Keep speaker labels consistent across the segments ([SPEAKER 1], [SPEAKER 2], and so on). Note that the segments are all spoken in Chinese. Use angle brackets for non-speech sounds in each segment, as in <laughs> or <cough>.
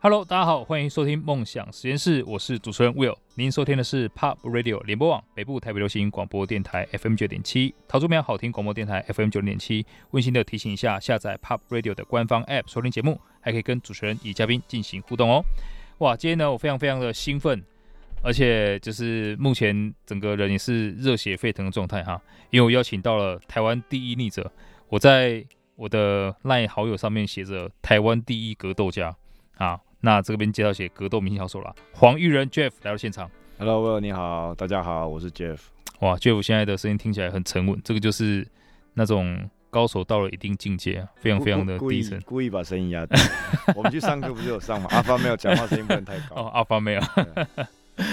[SPEAKER 1] Hello，大家好，欢迎收听梦想实验室，我是主持人 Will。您收听的是 Pop Radio 联播网北部台北流行广播电台 FM 九点七，桃竹苗好听广播电台 FM 九点七。温馨的提醒一下，下载 Pop Radio 的官方 App 收听节目，还可以跟主持人与嘉宾进行互动哦。哇，今天呢，我非常非常的兴奋，而且就是目前整个人也是热血沸腾的状态哈，因为我邀请到了台湾第一逆者，我在我的 LINE 好友上面写着台湾第一格斗家啊，那这边介绍写格斗明星小手啦，黄玉仁 Jeff 来到现场，
[SPEAKER 2] Hello Will，你好，大家好，我是 Jeff。
[SPEAKER 1] 哇，Jeff 现在的声音听起来很沉稳，这个就是那种高手到了一定境界啊，非常非常的
[SPEAKER 2] 故
[SPEAKER 1] 低
[SPEAKER 2] 意
[SPEAKER 1] 沉
[SPEAKER 2] 故意把声音
[SPEAKER 1] <laughs>
[SPEAKER 2] 压低。我们去上课不是有上吗？阿发没有讲话声音不能太
[SPEAKER 1] <laughs> 哦，
[SPEAKER 2] 高，
[SPEAKER 1] 阿发妹啊，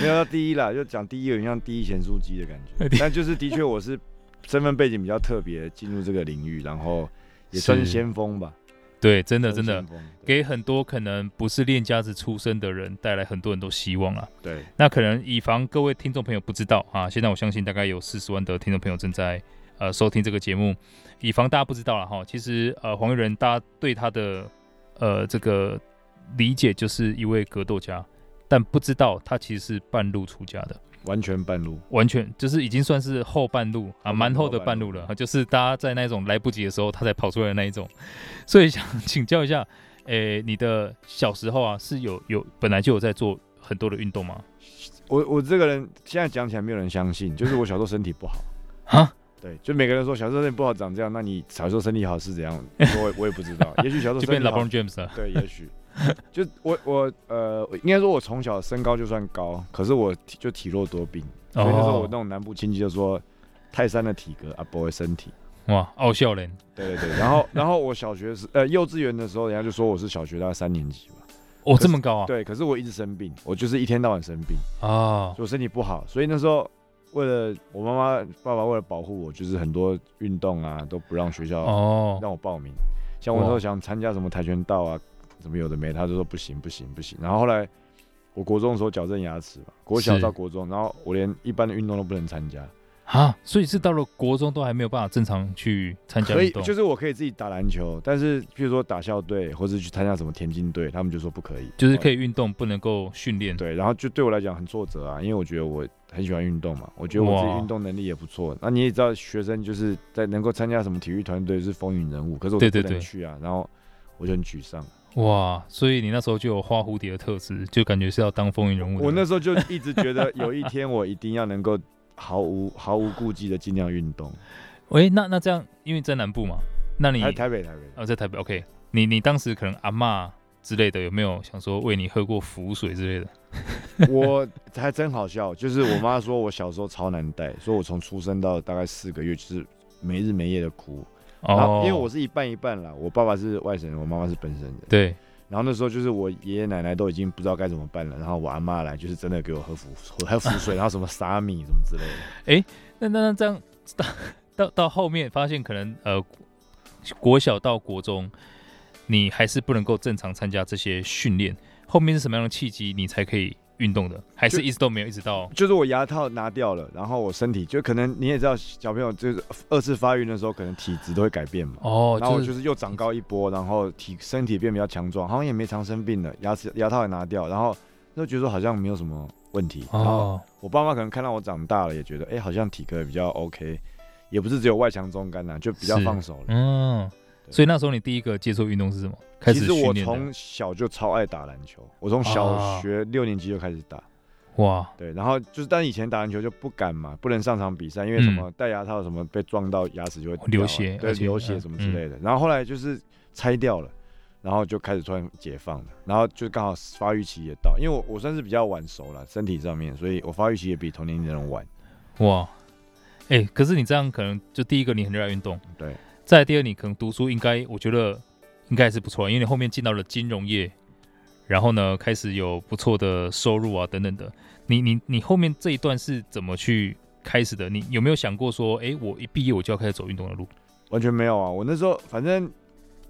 [SPEAKER 2] 没有到第一啦，就讲第一有点像第一咸酥鸡的感觉。但就是的确我是身份背景比较特别，进入这个领域，然后也算是
[SPEAKER 1] 是
[SPEAKER 2] 先锋吧。
[SPEAKER 1] 对， <laughs> 真的真
[SPEAKER 2] 算
[SPEAKER 1] 的
[SPEAKER 2] 先锋，对
[SPEAKER 1] 给很多可能不是练家子出身的人带来很多很多希望啊。
[SPEAKER 2] 对
[SPEAKER 1] 那可能以防各位听众朋友不知道啊，现在我相信大概有四十万的听众朋友正在呃收听这个节目，以防大家不知道了哈。其实呃黄玉仁大家对他的呃这个理解就是一位格斗家，但不知道他其实是半路出家的，
[SPEAKER 2] 完全半路。
[SPEAKER 1] 完全就是已经算是后半路啊，
[SPEAKER 2] 后半
[SPEAKER 1] 蛮后的半路了，啊就是大家在那种来不及的时候他才跑出来的那一种。 <laughs> 所以想请教一下，诶、你的小时候啊是有有本来就有在做很多的运动吗？
[SPEAKER 2] 我我这个人现在讲起来没有人相信，就是我小时候身体不好。
[SPEAKER 1] 啊？
[SPEAKER 2] 对，就每个人说小时候身体不好长这样，那你小时候身体好是怎样？我也我也不知
[SPEAKER 1] <laughs>
[SPEAKER 2] 道，也许小时候
[SPEAKER 1] 就
[SPEAKER 2] 身
[SPEAKER 1] 变
[SPEAKER 2] 体好
[SPEAKER 1] LeBron James 了。
[SPEAKER 2] 对，也许就我我呃，应该说我从小身高就算高，可是我体就体弱多病，所以那时
[SPEAKER 1] 哦
[SPEAKER 2] 候我那种南部亲戚就说泰山的体格，阿伯的身体。
[SPEAKER 1] 哇，傲笑人，
[SPEAKER 2] 对对对，然后然后我小学时呃幼稚园的时候，人家就说我是小学大概三年级吧。
[SPEAKER 1] 哦，
[SPEAKER 2] 可是
[SPEAKER 1] 这么高啊？
[SPEAKER 2] 对，可是我一直生病，我就是一天到晚生病，
[SPEAKER 1] 啊
[SPEAKER 2] 所以，我身体不好，所以那时候。为了我妈妈、爸爸为了保护我，就是很多运动啊都不让学校
[SPEAKER 1] 哦，
[SPEAKER 2] 让我报名。像我那时
[SPEAKER 1] 哇
[SPEAKER 2] 候想参加什么跆拳道啊，什么有的没，他就说不行不行不行。然后后来我国中的时候矫正牙齿嘛，国小
[SPEAKER 1] 是
[SPEAKER 2] 到国中，然后我连一般的运动都不能参加，
[SPEAKER 1] 啊，所以是到了国中都还没有办法正常去参加
[SPEAKER 2] 可以
[SPEAKER 1] 运动，
[SPEAKER 2] 就是我可以自己打篮球，但是譬如说打校队或者去参加什么田径队，他们就说不可以，
[SPEAKER 1] 就是可
[SPEAKER 2] 以。
[SPEAKER 1] 以运动，不能够训练。
[SPEAKER 2] 对，然后就对我来讲很挫折啊，因为我觉得我很喜欢运动嘛，我觉得我自
[SPEAKER 1] 哇
[SPEAKER 2] 己运动能力也不错。那你也知道，学生就是在能够参加什么体育团队是风云人物，可是我
[SPEAKER 1] 对对
[SPEAKER 2] 就不能
[SPEAKER 1] 对
[SPEAKER 2] 去啊，然后我就很沮丧。
[SPEAKER 1] 哇，所以你那时候就有花蝴蝶的特质，就感觉是要当风云人物的。
[SPEAKER 2] 我那时候就一直觉得，有一天我一定要能够毫无 <laughs> 毫无顾忌的尽量运动。
[SPEAKER 1] 诶，那那这样，因为在南部嘛，那你
[SPEAKER 2] 还台北，台北，
[SPEAKER 1] <laughs> 啊在台北，OK，你你当时可能阿嬷之类的有没有想说为你喝过符水之类的？
[SPEAKER 2] 我还真好笑，就是我妈说我小时候超难带，说我从出生到大概四个月就是没日没夜的哭。然
[SPEAKER 1] 哦，
[SPEAKER 2] 后啊因为我是一半一半啦，我爸爸是外省人，我妈妈是本省人。
[SPEAKER 1] 对
[SPEAKER 2] 然后那时候就是我爷爷奶奶都已经不知道该怎么办了，然后我阿妈来就是真的给我喝符喝符水，然后什么撒米什么之类的。
[SPEAKER 1] 那那那这样到到到后面发现可能呃，国小到国中，你还是不能够正常参加这些训练。后面是什么样的契机你才可以运动的？还是
[SPEAKER 2] 就
[SPEAKER 1] 一直都没有，一直到
[SPEAKER 2] 就是我牙套拿掉了，然后我身体就可能你也知道，小朋友就是二次发育的时候，可能体质都会改变嘛。
[SPEAKER 1] 哦，
[SPEAKER 2] 然后我
[SPEAKER 1] 就
[SPEAKER 2] 就是是又长高一波，然后体身体变比较强壮，好像也没常生病了，牙齿牙套也拿掉，然后就觉得说好像没有什么问题。然后
[SPEAKER 1] 哦，
[SPEAKER 2] 我爸妈可能看到我长大了，也觉得哎、好像体格也比较 OK，也不是只有外强中干呐、就比较
[SPEAKER 1] 是
[SPEAKER 2] 放手了。
[SPEAKER 1] 嗯，
[SPEAKER 2] 对
[SPEAKER 1] 所以那时候你第一个接触运动是什么？开
[SPEAKER 2] 其
[SPEAKER 1] 始
[SPEAKER 2] 实我
[SPEAKER 1] 训练
[SPEAKER 2] 从
[SPEAKER 1] 的
[SPEAKER 2] 小就超爱打篮球，我从
[SPEAKER 1] 啊
[SPEAKER 2] 小学六年级就开始打。
[SPEAKER 1] 哇，
[SPEAKER 2] 对，然后就是，但以前打篮球就不敢嘛，不能上场比赛，因为什么戴牙套什么被撞到牙齿就会掉啊
[SPEAKER 1] 嗯流血
[SPEAKER 2] 对，
[SPEAKER 1] 而且嗯
[SPEAKER 2] 流血什么之类的。然后后来就是拆掉了，然后就开始突然解放了，然后就刚好发育期也到，因为我我算是比较晚熟了，身体上面，所以我发育期也比同年龄的人晚。
[SPEAKER 1] 哇，哎、可是你这样可能就第一个你很热爱运动，
[SPEAKER 2] 对，
[SPEAKER 1] 再来第二你可能读书应该我觉得应该还是不错，因为你后面进到了金融业，然后呢开始有不错的收入啊等等的。你你你后面这一段是怎么去开始的？你有没有想过说，哎、我一毕业我就要开始走运动的路？
[SPEAKER 2] 完全没有啊！我那时候反正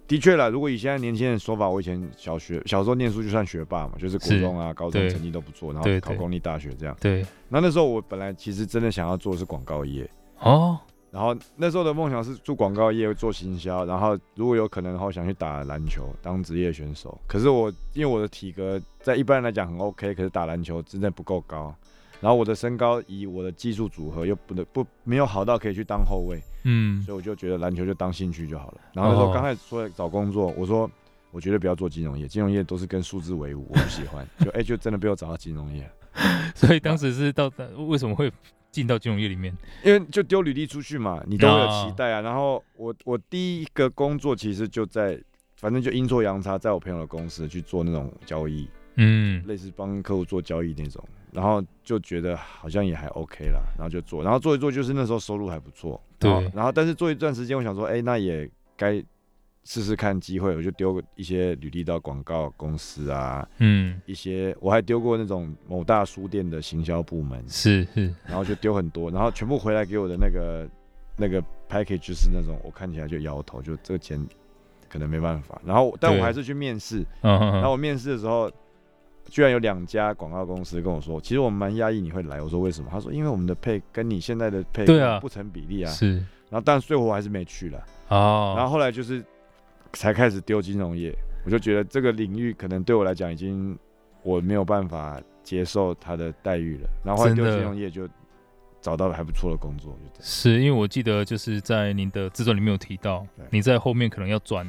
[SPEAKER 2] 的确啦，如果以现在年轻人的说法，我以前小学小时候念书就算学霸嘛，就是国
[SPEAKER 1] 是
[SPEAKER 2] 中啊、高
[SPEAKER 1] 对
[SPEAKER 2] 中成绩都不错，然后
[SPEAKER 1] 对
[SPEAKER 2] 考
[SPEAKER 1] 对
[SPEAKER 2] 公立大学这样。
[SPEAKER 1] 对，
[SPEAKER 2] 那那时候我本来其实真的想要做的是广告业。
[SPEAKER 1] 哦，
[SPEAKER 2] 然后那时候的梦想是做广告业、做行销，然后如果有可能的话，我想去打篮球当职业选手。可是我因为我的体格在一般人来讲很 OK，可是打篮球真的不够高，然后我的身高以我的技术组合又不能不没有好到可以去当后卫，
[SPEAKER 1] 嗯，
[SPEAKER 2] 所以我就觉得篮球就当兴趣就好了。然后那时候刚开始出来找工作，我说我绝对不要做金融业，金融业都是跟数字为伍，我不喜欢。就哎、就真的被我找到金融业，
[SPEAKER 1] <laughs> 所以当时是到呃为什么会进到金融业里面？
[SPEAKER 2] 因为就丢履历出去嘛，你都会有
[SPEAKER 1] 啊
[SPEAKER 2] 期待啊。然后我我第一个工作其实就在，反正就阴错阳差，在我朋友的公司去做那种交易，
[SPEAKER 1] 嗯，
[SPEAKER 2] 类似帮客户做交易那种。然后就觉得好像也还 OK 啦，然后就做，然后做一做就是那时候收入还不错，
[SPEAKER 1] 对
[SPEAKER 2] 然后然后但是做一段时间，我想说，哎、那也该试试看机会，我就丢一些履历到广告公司啊，
[SPEAKER 1] 嗯，
[SPEAKER 2] 一些我还丢过那种某大书店的行销部门，
[SPEAKER 1] 是是，
[SPEAKER 2] 然后就丢很多，然后全部回来给我的那个那个 package 就是那种我看起来就摇头，就这个钱可能没办法。然后我但
[SPEAKER 1] 对
[SPEAKER 2] 我还是去面试，
[SPEAKER 1] 嗯嗯
[SPEAKER 2] 然后
[SPEAKER 1] 嗯
[SPEAKER 2] 我面试的时候，居然有两家广告公司跟我说，其实我们蛮压抑你会来。我说为什么？他说因为我们的配跟你现在的配
[SPEAKER 1] 对啊
[SPEAKER 2] 不成比例啊。
[SPEAKER 1] 是
[SPEAKER 2] 然后但最后我还是没去了。
[SPEAKER 1] 哦，
[SPEAKER 2] 然后后来就是才开始丢金融业，我就觉得这个领域可能对我来讲已经我没有办法接受它的待遇了。然后后来丢
[SPEAKER 1] 真的
[SPEAKER 2] 金融业就找到了还不错的工作，就这样。
[SPEAKER 1] 是因为我记得就是在您的自传里面有提到
[SPEAKER 2] 对，
[SPEAKER 1] 你在后面可能要转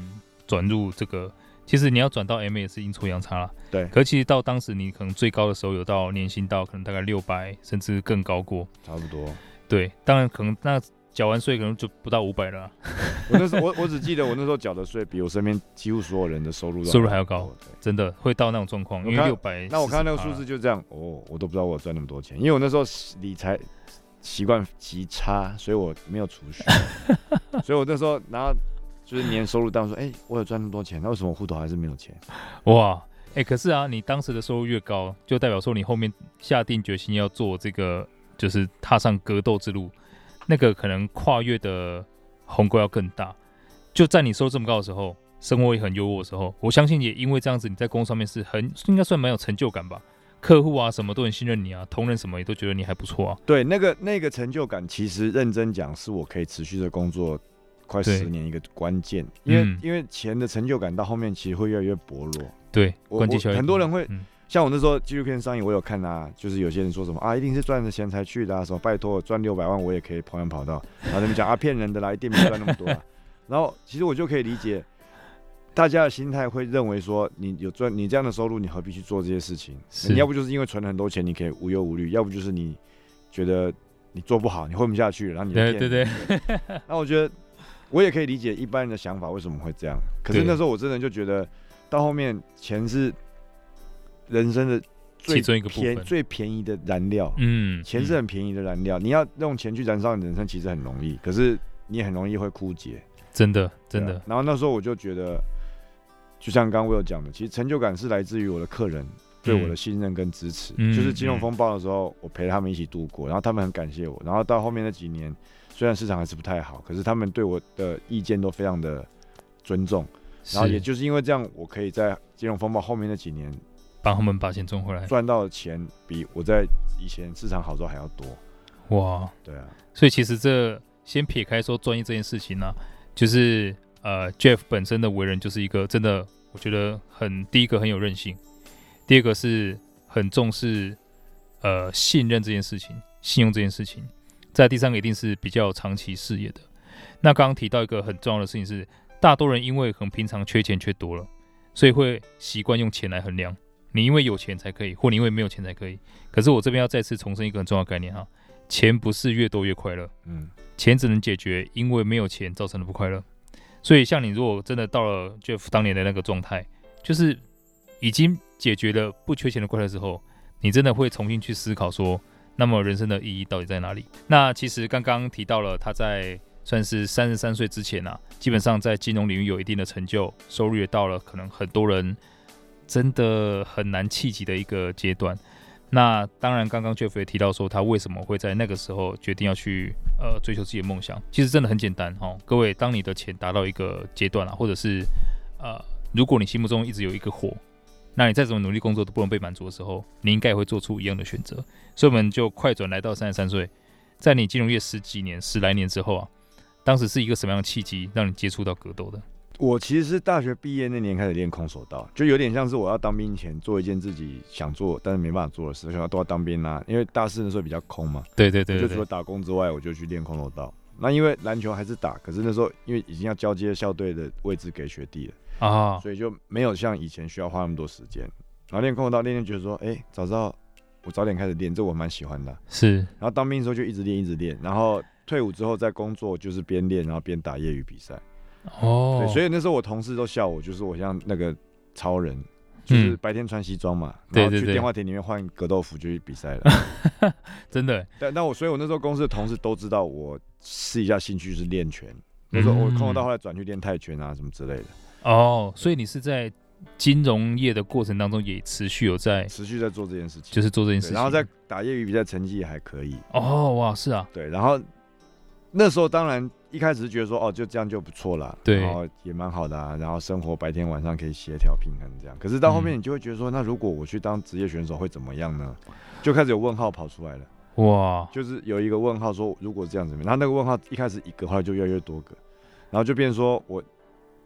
[SPEAKER 1] 转入这个，其实你要转到 M 也是阴错阳差了。
[SPEAKER 2] 对
[SPEAKER 1] 可其实到当时你可能最高的时候有到年薪到可能大概六百甚至更高过。
[SPEAKER 2] 差不多。
[SPEAKER 1] 对，当然可能那缴完税可能就不到五百了啊，
[SPEAKER 2] 我那时 <laughs> 候我我只记得我那时候缴的税比我身边几乎所有人的收入都
[SPEAKER 1] 收入还要高
[SPEAKER 2] 多。对
[SPEAKER 1] 真的会到那种状况，
[SPEAKER 2] 我
[SPEAKER 1] 因为
[SPEAKER 2] 看
[SPEAKER 1] 六百。
[SPEAKER 2] 那我看到那个数字，就这样，哦，我都不知道我赚那么多钱，因为我那时候理财习惯极差，所以我没有储 <laughs> 蓄，所以我那时候然后就是年收入当中，哎、我有赚那么多钱，那为什么我户头还是没有钱？
[SPEAKER 1] 哇，哎、可是啊，你当时的收入越高，就代表说你后面下定决心要做这个，就是踏上格斗之路，那个可能跨越的鸿沟要更大。就在你收入这么高的时候，生活也很优渥的时候，我相信也因为这样子，你在工作上面是很应该算蛮有成就感吧。客户啊，什么都很信任你啊，同仁什么也都觉得你还不错啊。
[SPEAKER 2] 对，那个那个成就感，其实认真讲，是我可以持续的工作快
[SPEAKER 1] 对
[SPEAKER 2] 十年一个关键，因为、
[SPEAKER 1] 嗯
[SPEAKER 2] 因为钱的成就感到后面其实会越来越薄弱。
[SPEAKER 1] 对，
[SPEAKER 2] 我
[SPEAKER 1] 关键效
[SPEAKER 2] 我
[SPEAKER 1] 益
[SPEAKER 2] 很多人会、
[SPEAKER 1] 嗯
[SPEAKER 2] 像我那时候纪录片上映，我有看啊，就是有些人说什么啊，一定是赚了钱才去的、啊，什么拜托赚六百万我也可以跑洋跑道，然后他们讲啊骗人的啦，一定没赚那么多啦。然后其实我就可以理解，大家的心态会认为说，你有赚你这样的收入，你何必去做这些事情？
[SPEAKER 1] 是
[SPEAKER 2] 你要不就是因为存了很多钱，你可以无忧无虑；要不就是你觉得你做不好，你混不下去，然后你就
[SPEAKER 1] 对
[SPEAKER 2] 骗
[SPEAKER 1] 对
[SPEAKER 2] 人
[SPEAKER 1] 对，
[SPEAKER 2] 那我觉得我也可以理解一般人的想法为什么会这样。可是
[SPEAKER 1] 对
[SPEAKER 2] 那时候我真的就觉得，到后面钱是人生的
[SPEAKER 1] 其
[SPEAKER 2] 最
[SPEAKER 1] 中一个部
[SPEAKER 2] 便
[SPEAKER 1] 分，
[SPEAKER 2] 最便宜的燃料，
[SPEAKER 1] 嗯，
[SPEAKER 2] 钱是很便宜的燃料。你要用钱去燃烧你的人生，其实很容易，可是你也很容易会枯竭，
[SPEAKER 1] 嗯真的真
[SPEAKER 2] 对
[SPEAKER 1] 的
[SPEAKER 2] 啊，然后那时候我就觉得，就像刚刚我有讲的，其实成就感是来自于我的客人。对我的信任跟支持，
[SPEAKER 1] 嗯
[SPEAKER 2] 就是金融风暴的时候，我陪他们一起度过，然后他们很感谢我。然后到后面那几年，虽然市场还是不太好，可是他们对我的意见都非常的尊重。然后
[SPEAKER 1] 是
[SPEAKER 2] 也就是因为这样，我可以在金融风暴后面那几年
[SPEAKER 1] 帮他们把钱赚回来。
[SPEAKER 2] 赚到的钱，比我在以前市场好的时候还要多。
[SPEAKER 1] 哇，
[SPEAKER 2] 对啊，
[SPEAKER 1] 所以其实这先撇开说专业这件事情呢、啊就是呃，Jeff 本身的为人就是一个真的，我觉得很第一个很有韧性，第二个是很重视呃信任这件事情、信用这件事情，在第三个一定是比较有长期视野的。那刚刚提到一个很重要的事情是，大多人因为可能平常缺钱缺多了，所以会习惯用钱来衡量。你因为有钱才可以，或你因为没有钱才可以。可是我这边要再次重申一个很重要的概念哈，钱不是越多越快乐，
[SPEAKER 2] 嗯，
[SPEAKER 1] 钱只能解决因为没有钱造成的不快乐。所以，像你如果真的到了 Jeff 当年的那个状态，就是已经解决了不缺钱的快乐之后，你真的会重新去思考说，那么人生的意义到底在哪里？那其实刚刚提到了他在算是三十三岁之前啊，基本上在金融领域有一定的成就，收入也到了可能很多人真的很难企及的一个阶段。那当然，刚刚 Jeff 也提到说，他为什么会在那个时候决定要去呃追求自己的梦想？其实真的很简单哦，各位，当你的钱达到一个阶段啊，或者是呃，如果你心目中一直有一个火，那你再怎么努力工作都不能被满足的时候，你应该也会做出一样的选择。所以我们就快转来到三十三岁，在你进入业十几年、十来年之后啊，当时是一个什么样的契机让你接触到格斗的？
[SPEAKER 2] 我其实是大学毕业那年开始练空手道，就有点像是我要当兵前做一件自己想做但是没办法做的事，我想要都要当兵啦、因为大四的时候比较空嘛，
[SPEAKER 1] 对对对
[SPEAKER 2] 就
[SPEAKER 1] 对
[SPEAKER 2] 除了
[SPEAKER 1] 对，
[SPEAKER 2] 打工之外，我就去练空手道。那因为篮球还是打，可是那时候因为已经要交接校队的位置给学弟了，
[SPEAKER 1] 啊，
[SPEAKER 2] 所以就没有像以前需要花那么多时间。然后练空手道练练，觉得说，哎、早知道我早点开始练，这我蛮喜欢的。啊
[SPEAKER 1] 是
[SPEAKER 2] 然后当兵的时候就一直练，一直练。然后退伍之后在工作，就是边练然后边打业余比赛。
[SPEAKER 1] 哦
[SPEAKER 2] 对，，所
[SPEAKER 1] 以
[SPEAKER 2] 以那时候我同事都笑我，就是我像那个超人，就是白天穿西装嘛，然
[SPEAKER 1] 嗯对
[SPEAKER 2] 后
[SPEAKER 1] 对
[SPEAKER 2] 去
[SPEAKER 1] 对
[SPEAKER 2] 电话亭里面换格斗服就去比赛了。
[SPEAKER 1] <laughs> 真的
[SPEAKER 2] 但但我所以，我那时候公司的同事都知道我试一下兴趣是练拳。那时
[SPEAKER 1] 嗯
[SPEAKER 2] 候我空手道后来转去练泰拳啊什么之类的，
[SPEAKER 1] 哦，所以你是在金融业的过程当中也持续有在
[SPEAKER 2] 持续在做这件事情。
[SPEAKER 1] 就是做这件事
[SPEAKER 2] 对
[SPEAKER 1] 情，
[SPEAKER 2] 然后在打业余比赛成绩也还可以。
[SPEAKER 1] 哦哇是啊，
[SPEAKER 2] 对，然后那时候当然一开始是觉得说哦，就这样就不错啦，
[SPEAKER 1] 对
[SPEAKER 2] 然后也蛮好的啊，然后生活白天晚上可以协调平衡这样。可是到后面
[SPEAKER 1] 嗯
[SPEAKER 2] 你就会觉得说，那如果我去当职业选手会怎么样呢？就开始有问号跑出来了，
[SPEAKER 1] 哇
[SPEAKER 2] 就是有一个问号说，如果这样子，然后那个问号一开始一个，后来就越来越多个，然后就变成说我。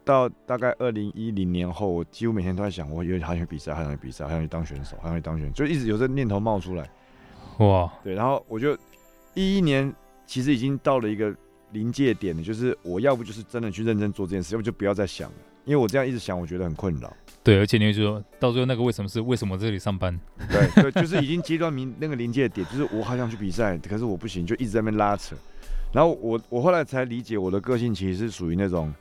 [SPEAKER 2] 到大概二零一零年后，我几乎每天都在想，我有好想去比赛，好想去比赛，好想去当选手，好想去当选手，就一直有这念头冒出来。
[SPEAKER 1] 哇
[SPEAKER 2] 对，然后我就一一年其实已经到了一个临界点了，就是我要不就是真的去认真做这件事，要不就不要再想了，因为我这样一直想，我觉得很困扰。
[SPEAKER 1] 对，而且你会说到最后那个为什么是为什么这里上班？
[SPEAKER 2] 对对，就是已经阶段明那个临界点，就是我好想去比赛，可是我不行，就一直在那边拉扯。然后我我后来才理解，我的个性其实是属于那种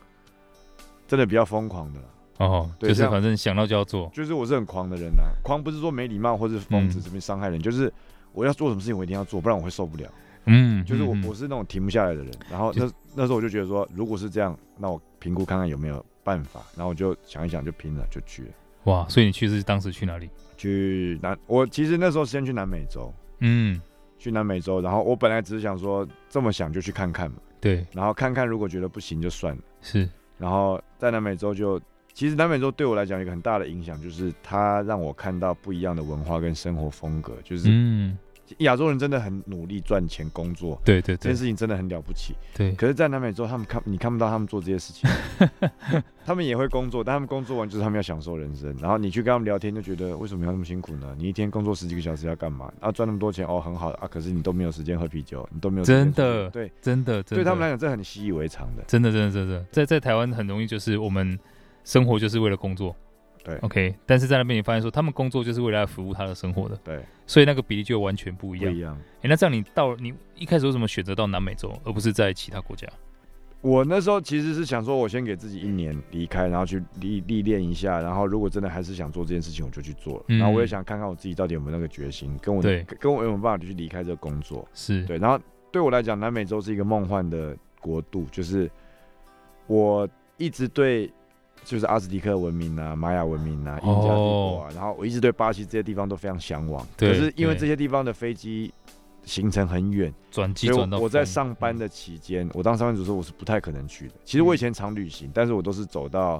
[SPEAKER 2] 真的比较疯狂的啦，
[SPEAKER 1] 哦，
[SPEAKER 2] 对
[SPEAKER 1] 就是
[SPEAKER 2] 像
[SPEAKER 1] 反正想到就要做，
[SPEAKER 2] 就是我是很狂的人啦、狂不是说没礼貌或是疯子
[SPEAKER 1] 嗯
[SPEAKER 2] 这边伤害人，就是我要做什么事情我一定要做，不然我会受不了。
[SPEAKER 1] 嗯，
[SPEAKER 2] 就是我
[SPEAKER 1] 嗯嗯
[SPEAKER 2] 我是那种停不下来的人。然后那那时候我就觉得说，如果是这样，那我评估看看有没有办法。然后我就想一想，就拼了，就去了。
[SPEAKER 1] 哇，所以你去是当时去哪里？
[SPEAKER 2] 去南，我其实那时候先去南美洲，
[SPEAKER 1] 嗯，
[SPEAKER 2] 去南美洲。然后我本来只是想说，这么想就去看看嘛，
[SPEAKER 1] 对，
[SPEAKER 2] 然后看看如果觉得不行就算了。
[SPEAKER 1] 是
[SPEAKER 2] 然后在南美洲就，其实南美洲对我来讲有一个很大的影响，就是它让我看到不一样的文化跟生活风格。就是
[SPEAKER 1] 嗯，
[SPEAKER 2] 亚洲人真的很努力赚钱工作，
[SPEAKER 1] 对对
[SPEAKER 2] 这
[SPEAKER 1] 对
[SPEAKER 2] 件事情真的很了不起。
[SPEAKER 1] 对，
[SPEAKER 2] 可是，在南美洲，他们看你看不到他们做这些
[SPEAKER 1] <laughs>
[SPEAKER 2] 事情，他们也会工作，但他们工作完就是他们要享受人生。然后你去跟他们聊天，就觉得为什么要那么辛苦呢？你一天工作十几个小时要干嘛？啊，赚那么多钱哦，很好啊，可是你都没有时间喝啤酒，你都没有时
[SPEAKER 1] 真
[SPEAKER 2] 间
[SPEAKER 1] 的
[SPEAKER 2] 对，
[SPEAKER 1] 真的，真
[SPEAKER 2] 对
[SPEAKER 1] 的
[SPEAKER 2] 他们来讲这很习以为常的。
[SPEAKER 1] 真的真的真的在在台湾很容易就是我们生活就是为了工作，
[SPEAKER 2] 对
[SPEAKER 1] ，OK，但是在那边你发现说他们工作就是为了来服务他的生活的，
[SPEAKER 2] 对，
[SPEAKER 1] 所以那个比例就完全不一
[SPEAKER 2] 不
[SPEAKER 1] 样。
[SPEAKER 2] 一样。
[SPEAKER 1] 诶，那这样你到你一开始为什么选择到南美洲，而不是在其他国家？
[SPEAKER 2] 我那时候其实是想说，我先给自己一年离开，然后去历历练一下，然后如果真的还是想做这件事情，我就去做了。
[SPEAKER 1] 嗯
[SPEAKER 2] 然后我也想看看我自己到底有没有那个决心，跟我
[SPEAKER 1] 对
[SPEAKER 2] 跟我有没有办法去离开这个工作。
[SPEAKER 1] 是，
[SPEAKER 2] 对，然后对我来讲，南美洲是一个梦幻的国度，就是我一直对就是阿兹提克文明啊、玛雅文明
[SPEAKER 1] 哦
[SPEAKER 2] 啊、印加帝国啊，然后我一直对巴西这些地方都非常向往。
[SPEAKER 1] 对
[SPEAKER 2] 可是因为
[SPEAKER 1] 对
[SPEAKER 2] 这些地方的飞机行程很远，
[SPEAKER 1] 转机
[SPEAKER 2] 所以
[SPEAKER 1] 转到
[SPEAKER 2] 我我在
[SPEAKER 1] 疯
[SPEAKER 2] 上班，的期间，我当上班族的时候我是不太可能去的。其实
[SPEAKER 1] 嗯
[SPEAKER 2] 我以前常旅行，但是我都是走到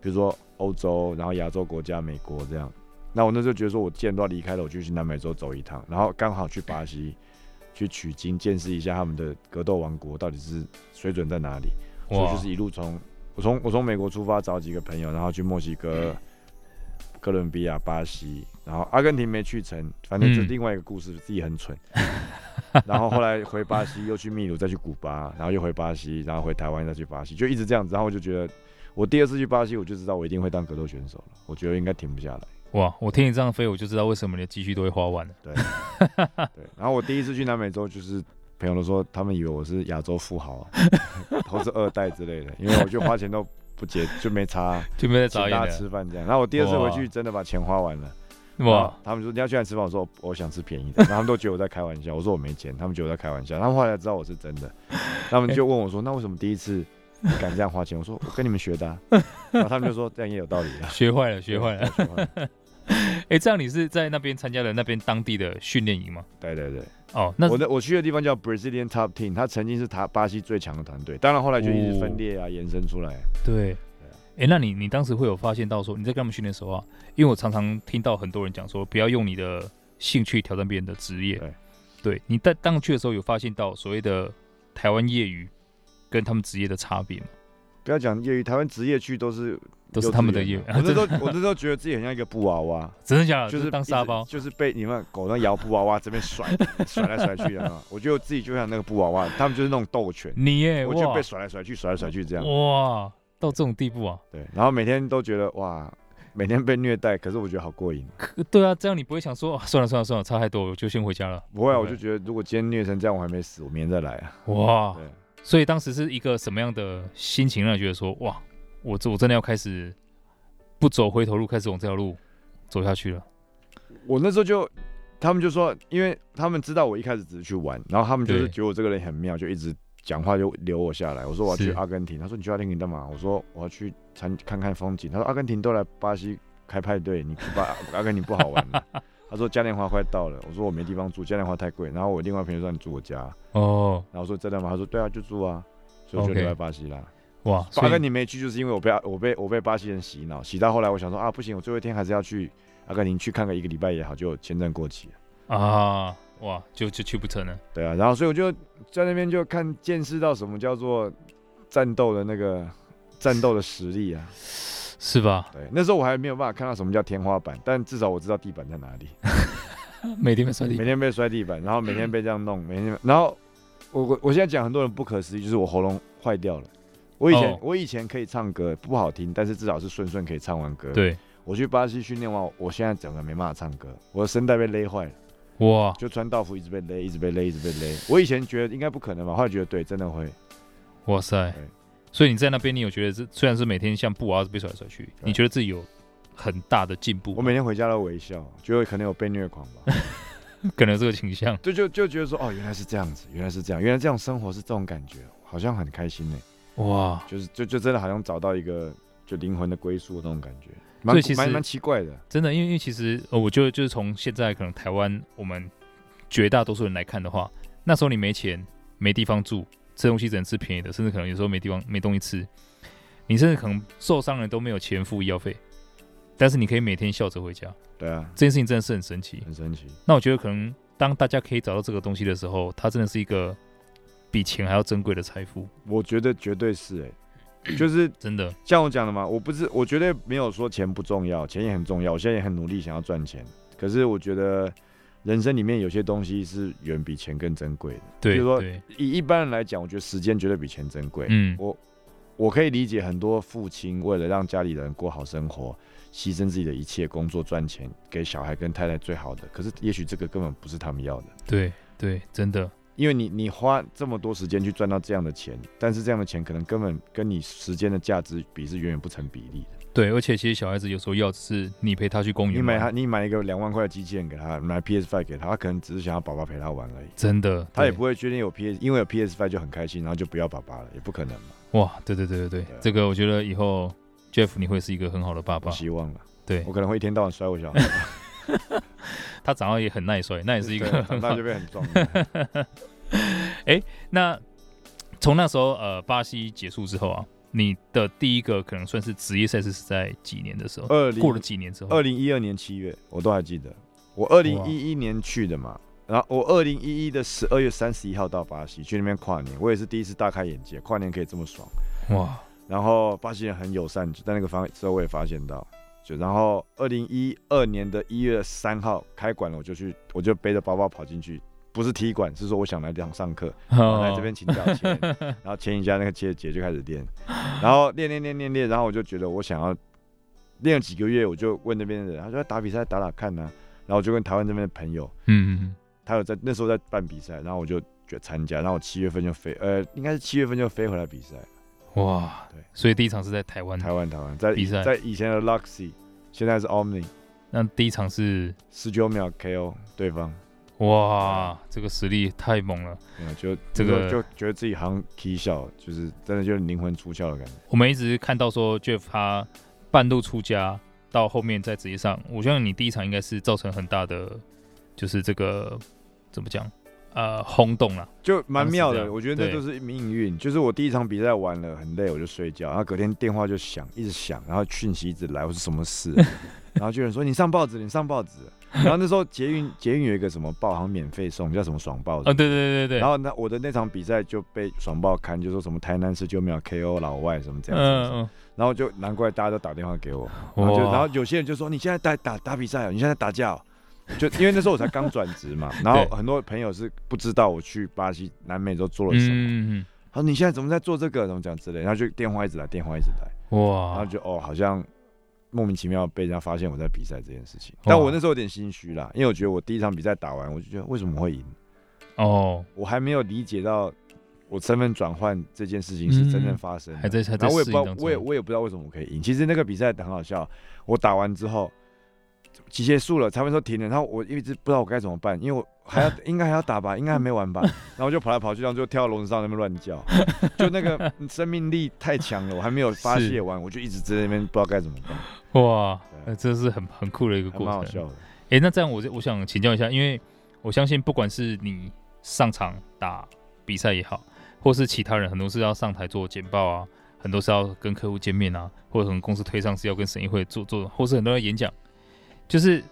[SPEAKER 2] 比如说欧洲，然后亚洲国家、美国这样。那我那时候觉得说，我既然都要离开了，我就去南美洲走一趟，然后刚好去巴西去取经，见识一下他们的格斗王国到底是水准在哪里。所以
[SPEAKER 1] 嗯哇，
[SPEAKER 2] 就是一路从我从我从美国出发，找几个朋友，然后去墨西哥、哥伦比亚、巴西，然后阿根廷没去成，反正这是
[SPEAKER 1] 嗯
[SPEAKER 2] 另外一个故事，自己很蠢。 <laughs> 然后后来回巴西，又去秘鲁，再去古巴，然后又回巴西，然后回台湾，再去巴西，就一直这样子。然后我就觉得，我第二次去巴西，我就知道我一定会当格斗选手了，我觉得应该停不下来。
[SPEAKER 1] 哇，我听你这样飞，我就知道为什么你的积蓄都会花完了。啊
[SPEAKER 2] 对，然后我第一次去南美洲，就是朋友都说他们以为我是亚洲富豪、啊， <laughs> 都是二代之类的，因为我就花钱都不结，就没差啊、
[SPEAKER 1] 就没有在
[SPEAKER 2] 请
[SPEAKER 1] 找你
[SPEAKER 2] 大家
[SPEAKER 1] 了。
[SPEAKER 2] 吃饭这样。然后我第二次回
[SPEAKER 1] 哇
[SPEAKER 2] 去，真的把钱花完了。然后
[SPEAKER 1] 哇，
[SPEAKER 2] 他们说你要去哪里吃饭，我说我我想吃便宜的。然后他们都觉得我在开玩笑，我说我没钱，他们觉得我在开玩笑。他们后来才知道我是真的，他们就问我说那为什么第一次你敢这样花钱？我说我跟你们学
[SPEAKER 1] <laughs>
[SPEAKER 2] 的、啊。然后他们就说这样也有道理啊，
[SPEAKER 1] 学坏了，学坏了。
[SPEAKER 2] <laughs> 学坏了。
[SPEAKER 1] 诶，这样你是在那边参加了那边当地的训练营吗？
[SPEAKER 2] 对对对，
[SPEAKER 1] 哦，那
[SPEAKER 2] 我的我去的地方叫 Brazilian Top Team，它曾经是他巴西最强的团队，当然后来就一直分裂啊，延伸出来。
[SPEAKER 1] 对
[SPEAKER 2] 对啊。
[SPEAKER 1] 哎、那你你当时会有发现到说你在跟他们训练的时候啊，因为我常常听到很多人讲说，不要用你的兴趣挑战别人的职业
[SPEAKER 2] 对。
[SPEAKER 1] 对你在当去的时候，有发现到所谓的台湾业余跟他们职业的差别吗？
[SPEAKER 2] 不要讲业余，台湾职业剧都是
[SPEAKER 1] 都是他们的业余
[SPEAKER 2] 幼，稚园我那时候我那时候觉得自己很像一个布娃娃，
[SPEAKER 1] 真的假的？
[SPEAKER 2] 就是
[SPEAKER 1] 当
[SPEAKER 2] 一直
[SPEAKER 1] 沙包，
[SPEAKER 2] 就是被你们狗那摇布娃娃这边甩 <laughs> 甩来甩去的嘛。我觉得我自己就像那个布娃娃，他们就是那种斗犬，
[SPEAKER 1] 你耶，
[SPEAKER 2] 我就
[SPEAKER 1] 嗯哎哇
[SPEAKER 2] 被甩来甩去，甩来甩去这样。
[SPEAKER 1] 哇，到这种地步啊？
[SPEAKER 2] 对，然后每天都觉得哇，每天被虐待，可是我觉得好过瘾。
[SPEAKER 1] 可对啊，这样你不会想说、啊算了算了算了，差太多，我就先回家了。
[SPEAKER 2] 不会啊，
[SPEAKER 1] 对
[SPEAKER 2] 我就觉得如果今天虐成这样，我还没死，我明天再来啊。
[SPEAKER 1] 哇
[SPEAKER 2] 对，
[SPEAKER 1] 所以当时是一个什么样的心情让你觉得说哇，我这我真的要开始不走回头路，开始往这条路走下去了？
[SPEAKER 2] 我那时候就，他们就说，因为他们知道我一开始只是去玩，然后他们就是
[SPEAKER 1] 对
[SPEAKER 2] 觉得我这个人很妙，就一直讲话就留我下来。我说我要去
[SPEAKER 1] 是
[SPEAKER 2] 阿根廷，他说你去阿根廷干嘛？我说我要去参看看风景。他说阿根廷都来巴西开派对，你去
[SPEAKER 1] <laughs>
[SPEAKER 2] 巴阿根廷不好玩了。他说嘉年华快到了，我说我没地方住，嘉年华太贵。然后我另外朋友说你住我家，
[SPEAKER 1] 哦，
[SPEAKER 2] 然后我说真的吗？他说对啊，就住啊，所以我就
[SPEAKER 1] OK
[SPEAKER 2] 留在巴西啦。
[SPEAKER 1] 哇，
[SPEAKER 2] 巴
[SPEAKER 1] 所
[SPEAKER 2] 根
[SPEAKER 1] 以
[SPEAKER 2] 廷没去，就是因为我被我被我被巴西人洗脑，洗到后来我想说啊，不行，我最后一天还是要去阿根廷去看个一个礼拜也好，就签证过期了。
[SPEAKER 1] 啊，哇，就就去不成了。
[SPEAKER 2] 对啊，然后所以我就在那边就看见识到什么叫做战斗的那个战斗的实力啊。
[SPEAKER 1] 是吧？
[SPEAKER 2] 对，那时候我还没有办法看到什么叫天花板，但至少我知道地板在哪里。
[SPEAKER 1] 每天被摔地
[SPEAKER 2] 每天被摔地板，然后每天被这样弄，每天，然后我我我现在讲很多人不可思议，就是我喉咙坏掉了。我以前、
[SPEAKER 1] 哦
[SPEAKER 2] 我以前可以唱歌，不好听，但是至少是顺顺可以唱完歌。
[SPEAKER 1] 对，
[SPEAKER 2] 我去巴西训练完，我现在整个没办法唱歌，我的声带被勒坏了，
[SPEAKER 1] 哇，
[SPEAKER 2] 就穿道服一直被勒，一直被勒，一直被勒。我以前觉得应该不可能嘛，后来觉得对，真的会。
[SPEAKER 1] 哇塞
[SPEAKER 2] 对！
[SPEAKER 1] 所以你在那边，你有觉得这虽然是每天像布娃娃被甩来甩去，
[SPEAKER 2] 对
[SPEAKER 1] 你觉得自己有很大的进步吗？
[SPEAKER 2] 我每天回家都微笑，觉得可能有被虐狂吧， <laughs>
[SPEAKER 1] 可能有这个倾向，
[SPEAKER 2] 就就就觉得说，哦，原来是这样子，原来是这样，原来这种生活是这种感觉，好像很开心呢，
[SPEAKER 1] 哇，
[SPEAKER 2] 就是就就真的好像找到一个就灵魂的归宿那种感觉，
[SPEAKER 1] 所
[SPEAKER 2] 蛮
[SPEAKER 1] 以其实
[SPEAKER 2] 蛮蛮奇怪的。
[SPEAKER 1] 真的，因为因为其实呃，我觉得就是从现在可能台湾我们绝大多数人来看的话，那时候你没钱，没地方住，吃东西只能吃便宜的，甚至可能有时候没地方没东西吃，你甚至可能受伤了都没有钱付医药费，但是你可以每天笑着回家，
[SPEAKER 2] 对啊，
[SPEAKER 1] 这件事情真的是很神奇。
[SPEAKER 2] 很神奇。
[SPEAKER 1] 那我觉得可能当大家可以找到这个东西的时候，它真的是一个比钱还要珍贵的财富，
[SPEAKER 2] 我觉得绝对是
[SPEAKER 1] <coughs>
[SPEAKER 2] 哎、就是
[SPEAKER 1] 真的。
[SPEAKER 2] 像我讲的嘛，我不是，我绝对没有说钱不重要，钱也很重要，我现在也很努力想要赚钱。可是我觉得人生里面有些东西是远比钱更珍贵的。
[SPEAKER 1] 对
[SPEAKER 2] 比如说
[SPEAKER 1] 对，
[SPEAKER 2] 以一般人来讲，我觉得时间绝对比钱珍贵。
[SPEAKER 1] 嗯，
[SPEAKER 2] 我我可以理解很多父亲为了让家里人过好生活，牺牲自己的一切工作赚钱，给小孩跟太太最好的。可是也许这个根本不是他们要的。
[SPEAKER 1] 对对，真的，
[SPEAKER 2] 因为你你花这么多时间去赚到这样的钱，但是这样的钱可能根本跟你时间的价值比是远远不成比例的。
[SPEAKER 1] 对。而且其实小孩子有时候要只是你陪他去公园玩，
[SPEAKER 2] 你买他，你买一个两万块的机器人给他，买 PS Five 给他，他可能只是想要爸爸陪他玩而已。
[SPEAKER 1] 真的，
[SPEAKER 2] 他也
[SPEAKER 1] 对
[SPEAKER 2] 不会决定有 PS，因为有 PS Five 就很开心，然后就不要爸爸了，也不可能嘛。
[SPEAKER 1] 哇，对对对对对
[SPEAKER 2] 对啊，
[SPEAKER 1] 这个我觉得以后 Jeff 你会是一个很好的爸
[SPEAKER 2] 我
[SPEAKER 1] 爸，
[SPEAKER 2] 希望了，
[SPEAKER 1] 对
[SPEAKER 2] 我可能会一天到晚摔我小孩，
[SPEAKER 1] 他长得也很耐摔， <laughs> 那也是一
[SPEAKER 2] 对
[SPEAKER 1] 个
[SPEAKER 2] 长
[SPEAKER 1] 很
[SPEAKER 2] 大
[SPEAKER 1] 好
[SPEAKER 2] 就。变很壮的。
[SPEAKER 1] <laughs> 那从那时候呃巴西结束之后啊，你的第一个可能算是职业赛事是在几年的时候，
[SPEAKER 2] 二
[SPEAKER 1] 过了
[SPEAKER 2] 零
[SPEAKER 1] 几年之后，
[SPEAKER 2] 二零一二年七月，我都还记得，我二零一一年去的嘛。然后我二零一一的十二月三十一号到巴西去那边跨年，我也是第一次大开眼界，跨年可以这么爽。
[SPEAKER 1] 哇，
[SPEAKER 2] 然后巴西人很友善，在那个方之后我也发现到，就然后二零一二年的一月三号开馆了，我就去，我就背着包包跑进去，不是踢馆，是说我想来这样上课，我
[SPEAKER 1] 哦
[SPEAKER 2] 来这边请教签，然后签一下那个姐姐就开始练，然后练练练练练，然后我就觉得我想要练了几个月，我就问那边的人，他说打比赛打打看呢、然后我就跟台湾这边的朋友，
[SPEAKER 1] 嗯，嗯嗯
[SPEAKER 2] 他有在那时候在办比赛，然后我就去参加，然后我七月份就飞，呃，应该是七月份就飞回来比赛。
[SPEAKER 1] 嗯哇，
[SPEAKER 2] 对
[SPEAKER 1] 所以第一场是在台湾，
[SPEAKER 2] 台湾台湾在
[SPEAKER 1] 嗯比赛
[SPEAKER 2] 在以前的 Luxy，现在是 Omni，
[SPEAKER 1] 那第一场是
[SPEAKER 2] 十九秒 KO 对方，
[SPEAKER 1] 哇，这个实力太猛了。
[SPEAKER 2] 对啊，就
[SPEAKER 1] 这个
[SPEAKER 2] 就就觉得自己好像 K 笑，就是真的就是灵魂出窍的感觉。
[SPEAKER 1] 我们一直看到说 Jeff 他半路出家到后面在职业上，我相信你第一场应该是造成很大的，就是这个怎么讲呃轰动了。
[SPEAKER 2] 就蛮妙
[SPEAKER 1] 当时这
[SPEAKER 2] 的。
[SPEAKER 1] 样
[SPEAKER 2] 我觉得那
[SPEAKER 1] 对
[SPEAKER 2] 就是命运，就是我第一场比赛完了很累，我就睡觉，然后隔天电话就响，一直响，然后讯息一直来，我说什
[SPEAKER 1] <laughs>
[SPEAKER 2] 么事？然后就有人说你上报纸，你上报纸。然后那时候捷运捷运有一个什么报，好像免费送，叫什么爽报。
[SPEAKER 1] 啊，对对对对对，
[SPEAKER 2] 然后那我的那场比赛就被爽报刊，就说什么台南市就秒 KO 老外什么这样子。
[SPEAKER 1] 嗯
[SPEAKER 2] 然后就难怪大家都打电话给我，
[SPEAKER 1] 嗯，
[SPEAKER 2] 然后就
[SPEAKER 1] 哇
[SPEAKER 2] 然后有些人就说你现在打打打比赛哦，你现在打架、哦，就因为那时候我才刚转职
[SPEAKER 1] <laughs>
[SPEAKER 2] 嘛，然后
[SPEAKER 1] 对
[SPEAKER 2] 很多朋友是不知道我去巴西、南美洲做了什么，
[SPEAKER 1] 嗯
[SPEAKER 2] 他说你现在怎么在做这个，怎么讲之类，然后就电话一直来，电话一直来，
[SPEAKER 1] 嗯
[SPEAKER 2] 然后
[SPEAKER 1] 哇，
[SPEAKER 2] 就哦，好像莫名其妙被人家发现我在比赛这件事情，
[SPEAKER 1] 哇
[SPEAKER 2] 但我那时候有点心虚啦，因为我觉得我第一场比赛打完，我就觉得为什么会赢，
[SPEAKER 1] 哦，
[SPEAKER 2] 我还没有理解到我身份转换这件事情是真
[SPEAKER 1] 嗯
[SPEAKER 2] 正发生的
[SPEAKER 1] 还。在还在
[SPEAKER 2] 然后我也
[SPEAKER 1] 适
[SPEAKER 2] 不
[SPEAKER 1] 应
[SPEAKER 2] 知道
[SPEAKER 1] 当，中，
[SPEAKER 2] 我也我也不知道为什么我可以赢。其实那个比赛很好笑，我打完之后结束了，裁判说停了，然后我一直不知道我该怎么办，因为我还要
[SPEAKER 1] <laughs>
[SPEAKER 2] 应该还要打吧，应该还没完吧，然后我就跑来跑去，然后就跳到笼子上那边乱
[SPEAKER 1] <laughs>
[SPEAKER 2] 叫，就那个生命力太强了，我还没有发泄完，我就一直在那边不知道该怎么办，
[SPEAKER 1] 哇，
[SPEAKER 2] 对
[SPEAKER 1] 呃，这是很很酷的一个
[SPEAKER 2] 还
[SPEAKER 1] 过
[SPEAKER 2] 蛮好
[SPEAKER 1] 程。
[SPEAKER 2] 笑的。
[SPEAKER 1] 诶，那这样我就我想请教一下，因为我相信不管是你上场打比赛也好，或是其他人，很多是要上台做简报啊，很多是要跟客户见面啊，或者可能公司推上是要跟审议会做做，或是很多人演讲，就是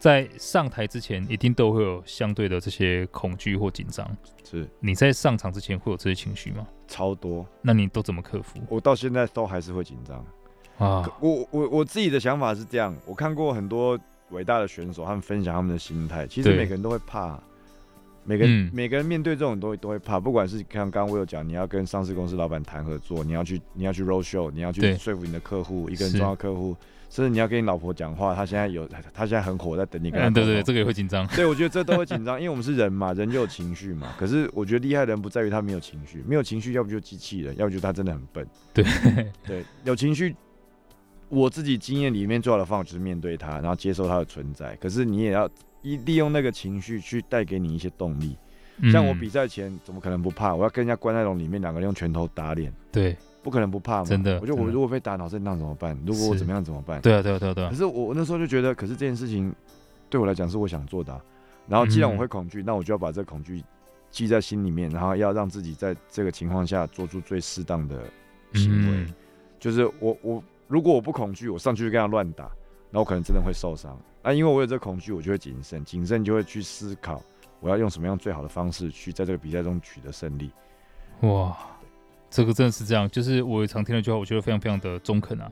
[SPEAKER 1] 在上台之前，一定都会有相对的这些恐惧或紧张。
[SPEAKER 2] 是
[SPEAKER 1] 你在上场之前会有这些情绪吗？
[SPEAKER 2] 超多，
[SPEAKER 1] 那你都怎么克服
[SPEAKER 2] 我到现在都还是会紧张。
[SPEAKER 1] 啊？
[SPEAKER 2] 可我我我自己的想法是这样，我看过很多伟大的选手，他们分享他们的心态。其实
[SPEAKER 1] 对
[SPEAKER 2] 每个人都会怕，啊每个人、
[SPEAKER 1] 嗯
[SPEAKER 2] 每个人面对这种东西都会怕，不管是像刚刚我有讲，你要跟上市公司老板谈合作，你要去你要去 road show，你要去
[SPEAKER 1] 对
[SPEAKER 2] 说服你的客户，一个很
[SPEAKER 1] 是
[SPEAKER 2] 重要的客户，甚至你要跟你老婆讲话，她现在有她现在很火，在等你跟她
[SPEAKER 1] 嗯，
[SPEAKER 2] 沟
[SPEAKER 1] 对
[SPEAKER 2] 通。
[SPEAKER 1] 对，这个也会紧张。
[SPEAKER 2] <laughs> 对，我觉得这都会紧张，因为我们是
[SPEAKER 1] <laughs>
[SPEAKER 2] 人嘛，人就有情绪嘛。可是我觉得厉害的人不在于他没有情绪，没有情绪，要不就机器人，要不就他真的很笨。
[SPEAKER 1] 对
[SPEAKER 2] <laughs> 对，有情绪，我自己经验里面最好的方法就是面对它，然后接受它的存在。可是你也要一利用那个情绪去带给你一些动力。像我
[SPEAKER 1] 嗯
[SPEAKER 2] 比赛前怎么可能不怕？我要跟人家关在笼里面，两个人用拳头打脸，
[SPEAKER 1] 嗯对
[SPEAKER 2] 不可能不怕嘛。
[SPEAKER 1] 真的
[SPEAKER 2] 我觉得
[SPEAKER 1] 真
[SPEAKER 2] 我
[SPEAKER 1] 的
[SPEAKER 2] 如果被打脑震荡怎么办？如果我
[SPEAKER 1] 是
[SPEAKER 2] 怎么样怎么办？
[SPEAKER 1] 对啊对啊对啊对啊
[SPEAKER 2] 可，是我我那时候就觉得，可是这件事情对我来讲是我想做的啊、然后既然我会恐惧，那我就要把这个恐惧记在心里面，然后要让自己在这个情况下做出最适当的行为。
[SPEAKER 1] 嗯
[SPEAKER 2] 就是我我如果我不恐惧，我上去就跟他乱打，那我可能真的会受伤。那、因为我有这个恐惧，我就会谨慎，谨慎就会去思考我要用什么样最好的方式去在这个比赛中取得胜利。
[SPEAKER 1] 哇，这个真的是这样，就是我常听到一句话，我觉得非常非常的中肯啊。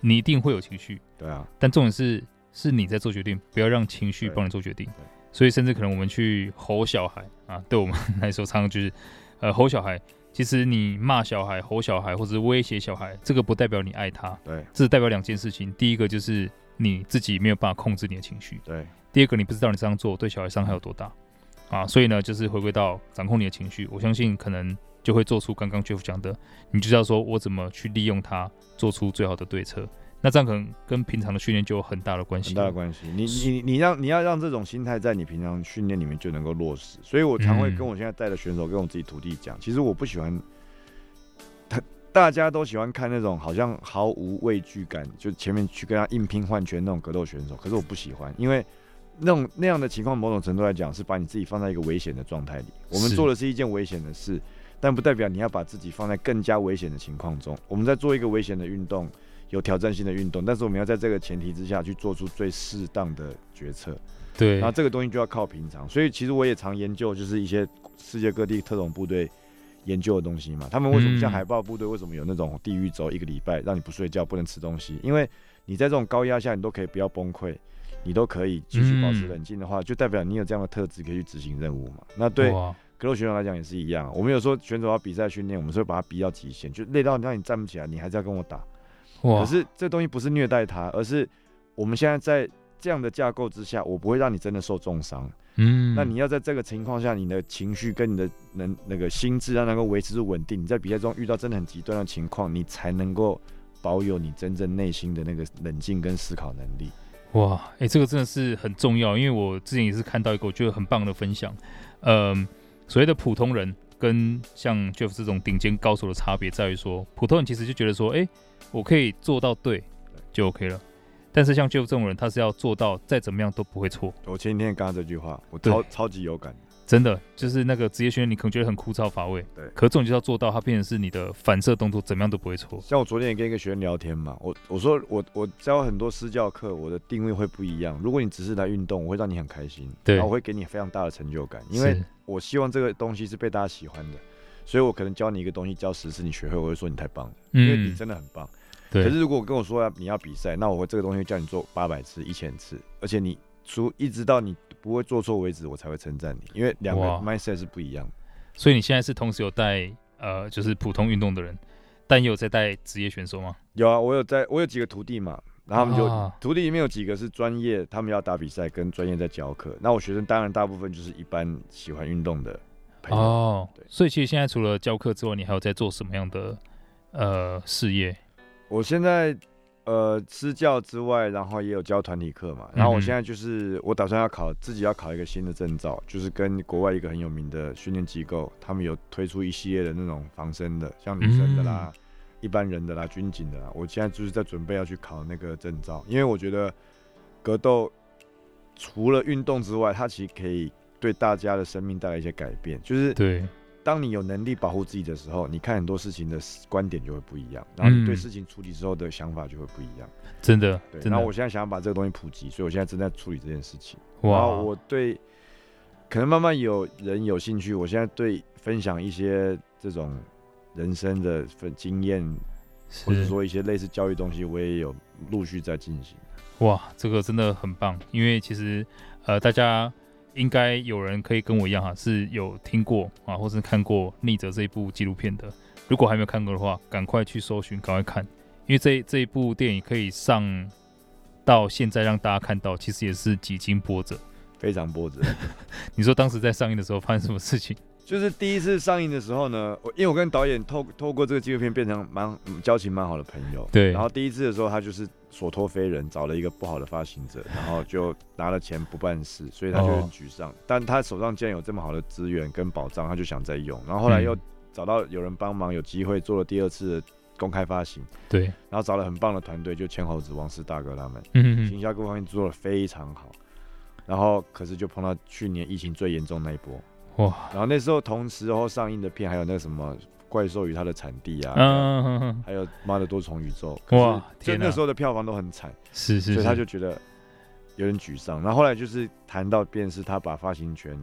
[SPEAKER 1] 你一定会有情绪，
[SPEAKER 2] 对啊，
[SPEAKER 1] 但重点是是你在做决定，不要让情绪
[SPEAKER 2] 对
[SPEAKER 1] 帮你做决定。所以甚至可能我们去吼小孩啊，对我们来说常常就是，呃，吼小孩。其实你骂小孩、吼小孩或者威胁小孩，这个不代表你爱他，
[SPEAKER 2] 对
[SPEAKER 1] 这代表两件事情。第一个就是你自己没有办法控制你的情绪，
[SPEAKER 2] 对，
[SPEAKER 1] 第二个，你不知道你这样做对小孩伤害有多大啊，所以呢，就是回归到掌控你的情绪，我相信可能就会做出刚刚 Jeff 讲的，你就知道说我怎么去利用它，做出最好的对策。那这样可能跟平常的训练就有很大的关系
[SPEAKER 2] 很大的
[SPEAKER 1] 了。
[SPEAKER 2] 关系。你你你让你要让这种心态在你平常训练里面就能够落实，所以我常会
[SPEAKER 1] 嗯
[SPEAKER 2] 跟我现在带的选手跟我自己徒弟讲，其实我不喜欢，他大家都喜欢看那种好像毫无畏惧感，就前面去跟他硬拼换拳那种格斗选手，可是我不喜欢，因为。那种那样的情况，某种程度来讲是把你自己放在一个危险的状态里。我们
[SPEAKER 1] 是
[SPEAKER 2] 做的是一件危险的事，但不代表你要把自己放在更加危险的情况中。我们在做一个危险的运动，有挑战性的运动，但是我们要在这个前提之下去做出最适当的决策。
[SPEAKER 1] 对
[SPEAKER 2] 然后，这个东西就要靠平常，所以其实我也常研究，就是一些世界各地特种部队研究的东西嘛。他们为什么
[SPEAKER 1] 嗯
[SPEAKER 2] 像海豹部队为什么有那种地狱轴一个礼拜让你不睡觉不能吃东西？因为你在这种高压下，你都可以不要崩溃，你都可以继续保持
[SPEAKER 1] 嗯
[SPEAKER 2] 冷静的话，就代表你有这样的特质可以去执行任务嘛。那对
[SPEAKER 1] 哇
[SPEAKER 2] 格斗选手来讲也是一样，我们有时候选手要比赛训练，我们是会把他逼到极限，就累到让你站不起来，你还是要跟我打。
[SPEAKER 1] 哇，
[SPEAKER 2] 可是这东西不是虐待他，而是我们现在在这样的架构之下，我不会让你真的受重伤。
[SPEAKER 1] 嗯，
[SPEAKER 2] 那你要在这个情况下，你的情绪跟你的能那个心智要能够维持住稳定，你在比赛中遇到真的很极端的情况，你才能够保有你真正内心的那个冷静跟思考能力。
[SPEAKER 1] 哇，哎、这个真的是很重要，因为我之前也是看到一个我觉得很棒的分享，嗯，所谓的普通人跟像 Jeff 这种顶尖高手的差别在于说，普通人其实就觉得说，哎、我可以做到对就 OK 了，但是像 Jeff 这种人，他是要做到再怎么样都不会错，
[SPEAKER 2] 我前几天也刚刚这句话，我超超级有感。
[SPEAKER 1] 真的就是那个职业训练，你可能觉得很枯燥乏味，
[SPEAKER 2] 对
[SPEAKER 1] 可这种就是要做到，它变成是你的反射动作，怎么样都不会错。
[SPEAKER 2] 像我昨天也跟一个学员聊天嘛，我我说我我教很多私教课，我的定位会不一样。如果你只是来运动，我会让你很开心，
[SPEAKER 1] 对
[SPEAKER 2] 然后我会给你非常大的成就感，因为
[SPEAKER 1] 是
[SPEAKER 2] 我希望这个东西是被大家喜欢的。所以我可能教你一个东西，教十次你学会，我会说你太棒了，因为你
[SPEAKER 1] 嗯，
[SPEAKER 2] 真的很棒。
[SPEAKER 1] 对，
[SPEAKER 2] 可是如果跟我说要你要比赛，那我会这个东西叫你做八百次、一千次，而且你除一直到你不会做错为止，我才会称赞你，因为两个
[SPEAKER 1] 哇
[SPEAKER 2] mindset 是不一样的。
[SPEAKER 1] 所以你现在是同时有带呃，就是普通运动的人，但也有在带职业选手吗？
[SPEAKER 2] 有啊，我有在，我有几个徒弟嘛，然后他们就、
[SPEAKER 1] 啊
[SPEAKER 2] 徒弟里面有几个是专业，他们要打比赛跟专业在教课。那我学生当然大部分就是一般喜欢运动的朋友。
[SPEAKER 1] 哦
[SPEAKER 2] 对，
[SPEAKER 1] 所以其实现在除了教课之外，你还有在做什么样的呃事业？
[SPEAKER 2] 我现在呃私教之外，然后也有教团体课嘛。然后我现在就是我打算要考自己要考一个新的证照，就是跟国外一个很有名的训练机构，他们有推出一系列的那种防身的，像女生的啦、一般人的啦、军警的啦。我现在就是在准备要去考那个证照，因为我觉得格斗除了运动之外，它其实可以对大家的生命带来一些改变，就是
[SPEAKER 1] 对，
[SPEAKER 2] 当你有能力保护自己的时候，你看很多事情的观点就会不一样，然后你对
[SPEAKER 1] 嗯
[SPEAKER 2] 事情处理之后的想法就会不一样。
[SPEAKER 1] 真的，
[SPEAKER 2] 对，
[SPEAKER 1] 真
[SPEAKER 2] 然
[SPEAKER 1] 的
[SPEAKER 2] 后，我现在想要把这个东西普及，所以我现在正在处理这件事情。然
[SPEAKER 1] 哇，
[SPEAKER 2] 后我对，可能慢慢有人有兴趣，我现在对分享一些这种人生的分经验，或者
[SPEAKER 1] 是
[SPEAKER 2] 说一些类似教育东西，我也有陆续在进行。
[SPEAKER 1] 哇，这个真的很棒，因为其实呃，大家应该有人可以跟我一样哈，是有听过啊，或是看过《逆者》这一部纪录片的。如果还没有看过的话，赶快去搜寻，赶快看，因为这这一部电影可以上到现在让大家看到，其实也是几经波折。
[SPEAKER 2] 非常波折，
[SPEAKER 1] 你说当时在上映的时候发生什么事情？
[SPEAKER 2] 就是第一次上映的时候呢，我因为我跟导演透透过这个纪录片变成蛮嗯交情蛮好的朋友，
[SPEAKER 1] 对
[SPEAKER 2] 然后第一次的时候，他就是所托非人，找了一个不好的发行
[SPEAKER 1] <sighs>
[SPEAKER 2] 者，然后就拿了钱不办事，所以他就很
[SPEAKER 1] 哦
[SPEAKER 2] 沮丧。但他手上既然有这么好的资源跟保障，他就想再用。然后后来
[SPEAKER 1] 嗯
[SPEAKER 2] 又找到有人帮忙，有机会做了第二次的公开发行，
[SPEAKER 1] 对，
[SPEAKER 2] 然后找了很棒的团队，就千猴子、王氏大哥他们，
[SPEAKER 1] 嗯
[SPEAKER 2] 行销各方面做的非常好。然后可是就碰到去年疫情最严重那一波，
[SPEAKER 1] 哇，
[SPEAKER 2] 然后那时候同时候上映的片还有那个什么怪兽与它的产地啊，
[SPEAKER 1] 嗯哼哼，
[SPEAKER 2] 还有妈的多重宇宙，
[SPEAKER 1] 哇
[SPEAKER 2] 可是
[SPEAKER 1] 天
[SPEAKER 2] 就
[SPEAKER 1] 哪
[SPEAKER 2] 那时候的票房都很惨，
[SPEAKER 1] 是是
[SPEAKER 2] 所
[SPEAKER 1] 是，
[SPEAKER 2] 以他就觉得有点沮丧。然后后来就是谈到，便是他把发行权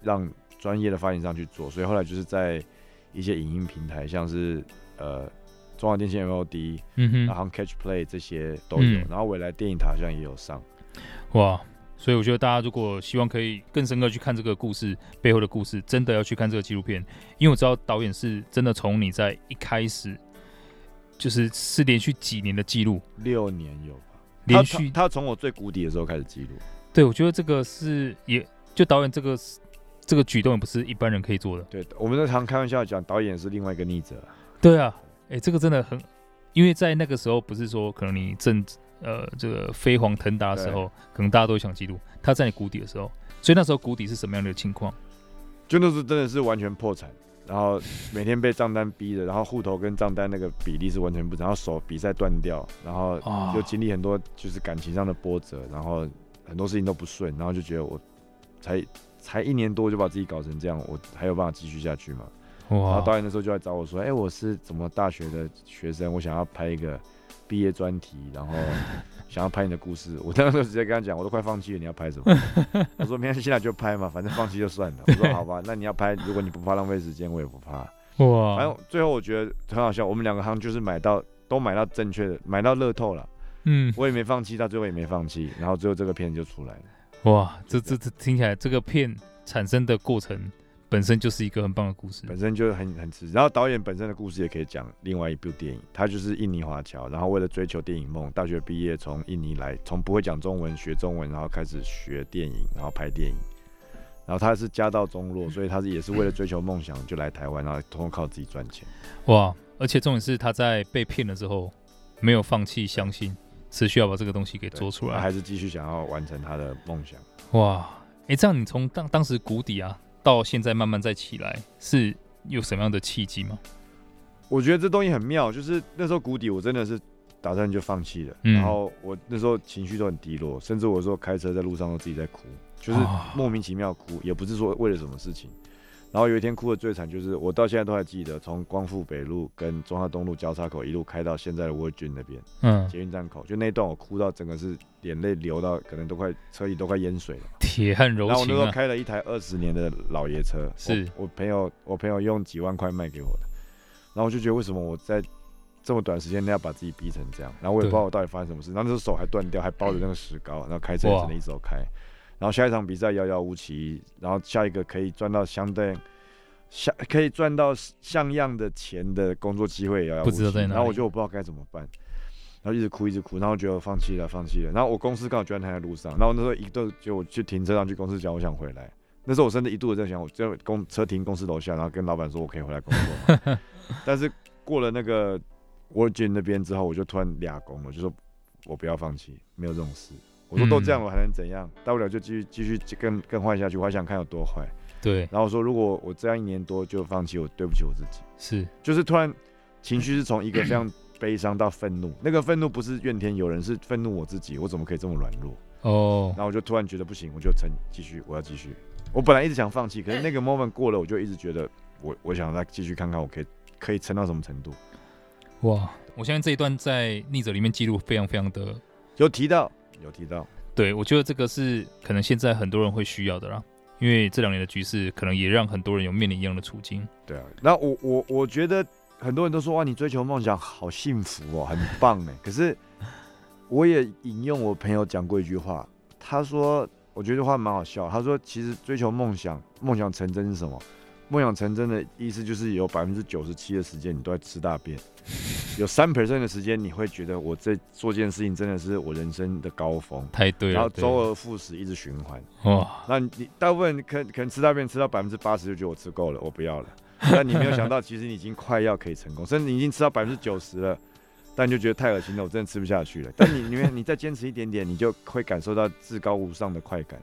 [SPEAKER 2] 让专业的发行商去做，所以后来就是在一些影音平台，像是呃中华电信 MOD，、
[SPEAKER 1] 嗯
[SPEAKER 2] 然
[SPEAKER 1] 哼，
[SPEAKER 2] 后 Catch Play 这些都有，
[SPEAKER 1] 嗯
[SPEAKER 2] 然后未来电影塔好像也有上。
[SPEAKER 1] 哇。所以我觉得大家如果希望可以更深刻去看这个故事背后的故事，真的要去看这个纪录片，因为我知道导演是真的从你在一开始，就是是连续几年的记录，
[SPEAKER 2] 六年有吧？
[SPEAKER 1] 连续
[SPEAKER 2] 他他从我最谷底的时候开始记录，
[SPEAKER 1] 对我觉得这个是也就导演这个这个举动也不是一般人可以做的。
[SPEAKER 2] 对，我们那常开玩笑讲，导演是另外一个逆者，
[SPEAKER 1] 对啊，哎、这个真的很，因为在那个时候不是说可能你正呃这个飞黄腾达的时候，可能大家都想记录他在你谷底的时候，所以那时候谷底是什么样的情况？
[SPEAKER 2] 就那时候真的是完全破产，然后每天被账单逼着，然后户头跟账单那个比例是完全不，然后手比赛断掉，然后
[SPEAKER 1] 啊
[SPEAKER 2] 又经历很多就是感情上的波折，然后很多事情都不顺，然后就觉得我才才一年多就把自己搞成这样，我还有办法继续下去吗？然后
[SPEAKER 1] 哇
[SPEAKER 2] 导演那时候就来找我说，哎、我是怎么大学的学生，我想要拍一个毕业专题，然后想要拍你的故事。我当时就直接跟他讲，我都快放弃了，你要拍什么？ <laughs> 我说没关系，现在就拍嘛，反正放弃就算了。我说好吧，那你要拍，如果你不怕浪费时间，我也不怕。
[SPEAKER 1] 哇，
[SPEAKER 2] 反正最后我觉得很好笑，我们两个好像就是买到都买到正确的，买到乐透了，
[SPEAKER 1] 嗯，
[SPEAKER 2] 我也没放弃，到最后也没放弃，然后最后这个片就出来了。
[SPEAKER 1] 哇，这这这听起来这个片产生的过程本身就是一个很棒的故事
[SPEAKER 2] 本身就很很值。然后导演本身的故事也可以讲另外一部电影，他就是印尼华侨，然后为了追求电影梦，大学毕业从印尼来，从不会讲中文学中文，然后开始学电影，然后拍电影。然后他是家道中落，所以他是也是为了追求梦想就来台湾，然后通过靠自己赚钱。
[SPEAKER 1] 哇！而且重点是他在被骗了之后没有放弃相信，持续要把这个东西给
[SPEAKER 2] 对
[SPEAKER 1] 做出
[SPEAKER 2] 他
[SPEAKER 1] 来
[SPEAKER 2] 还是继续想要完成他的梦想。
[SPEAKER 1] 哇！哎、这样你从当当时谷底啊到现在慢慢再起来，是有什么样的契机吗？嗯
[SPEAKER 2] 我觉得这东西很妙，就是那时候谷底，我真的是打算就放弃了。
[SPEAKER 1] 嗯
[SPEAKER 2] 然后我那时候情绪都很低落，甚至我说开车在路上都自己在哭，就是
[SPEAKER 1] 哦
[SPEAKER 2] 莫名其妙哭，也不是说为了什么事情。然后有一天哭的最惨，就是我到现在都还记得，从光复北路跟中华东路交叉口一路开到现在的沃郡那边
[SPEAKER 1] 嗯，
[SPEAKER 2] 捷运站口，就那一段我哭到整个是眼泪流到，可能都快车里都快淹水了。
[SPEAKER 1] 铁汉柔
[SPEAKER 2] 然后我那
[SPEAKER 1] 情
[SPEAKER 2] 时候
[SPEAKER 1] 啊，
[SPEAKER 2] 开了一台二十年的老爷车，
[SPEAKER 1] 是
[SPEAKER 2] 我我朋友我朋友用几万块卖给我的，然后我就觉得为什么我在这么短时间内要把自己逼成这样，然后我也
[SPEAKER 1] 对
[SPEAKER 2] 不知道我到底发生什么事，然后那时候手还断掉，还包着那个石膏，然后开车
[SPEAKER 1] 哇
[SPEAKER 2] 也只能一手开，然后下一场比赛遥遥无期，然后下一个可以赚到相对。像可以赚到像样的钱的工作机会也遥遥无
[SPEAKER 1] 不
[SPEAKER 2] 期，
[SPEAKER 1] 知道在哪里
[SPEAKER 2] 然后我就我不知道该怎么办，然后一直哭一直哭，然后我觉得我放弃了放弃了，然后我公司刚好就在那条路上，然后我那时候一度就我去停车上去公司讲我想回来，那时候我甚至一度在想，我就公车停公司楼下，然后跟老板说我可以回来工作嘛， <laughs> 但是过了那个 Virgin 那边之后，我就突然俩工了，我就说我不要放弃，没有这种事。我说都
[SPEAKER 1] 嗯
[SPEAKER 2] 这样了，我还能怎样？大不了就继续继续更更坏下去，我还想看有多坏。
[SPEAKER 1] 对，
[SPEAKER 2] 然后我说，如果我这样一年多就放弃，我对不起我自己。
[SPEAKER 1] 是，
[SPEAKER 2] 就是突然情绪是从一个非常悲伤到愤怒，那个愤怒不是怨天尤人，是愤怒我自己，我怎么可以这么软弱？
[SPEAKER 1] 哦
[SPEAKER 2] 然，后我就突然觉得不行，我就撑，继续，我要继续。我本来一直想放弃，可是那个 moment 过了，我就一直觉得我我想再继续看看，我可以可以撑到什么程度。
[SPEAKER 1] 哇，我相信这一段在《逆者》里面记录非常非常的
[SPEAKER 2] 有提到，有提到，
[SPEAKER 1] 对，我觉得这个是可能现在很多人会需要的啦，因为这两年的局势可能也让很多人有面临一样的处境。
[SPEAKER 2] 对啊。那我我我觉得很多人都说哇，你追求梦想好幸福哦，很棒哎。可是我也引用我朋友讲过一句话，他说我觉得这话蛮好笑。他说其实追求梦想，梦想成真是什么？梦想成真的意思就是有百分之九十七的时间你都在吃大便，有三 percent 的时间你会觉得我这做件事情真的是我人生的高峰，
[SPEAKER 1] 太对了，啊
[SPEAKER 2] 然后
[SPEAKER 1] 对
[SPEAKER 2] 周而复始一直循环。
[SPEAKER 1] 哇，
[SPEAKER 2] 那你你大部分可可能吃大便吃到百分之八十就觉得我吃够了，我不要了。 <laughs> 但你没有想到，其实你已经快要可以成功，甚至你已经吃到百分之九十了，但你就觉得太恶心了，我真的吃不
[SPEAKER 1] <laughs>
[SPEAKER 2] 下去了。但你你你再坚持一点点，你就会感受到至高无上的
[SPEAKER 1] <laughs>
[SPEAKER 2] 快感。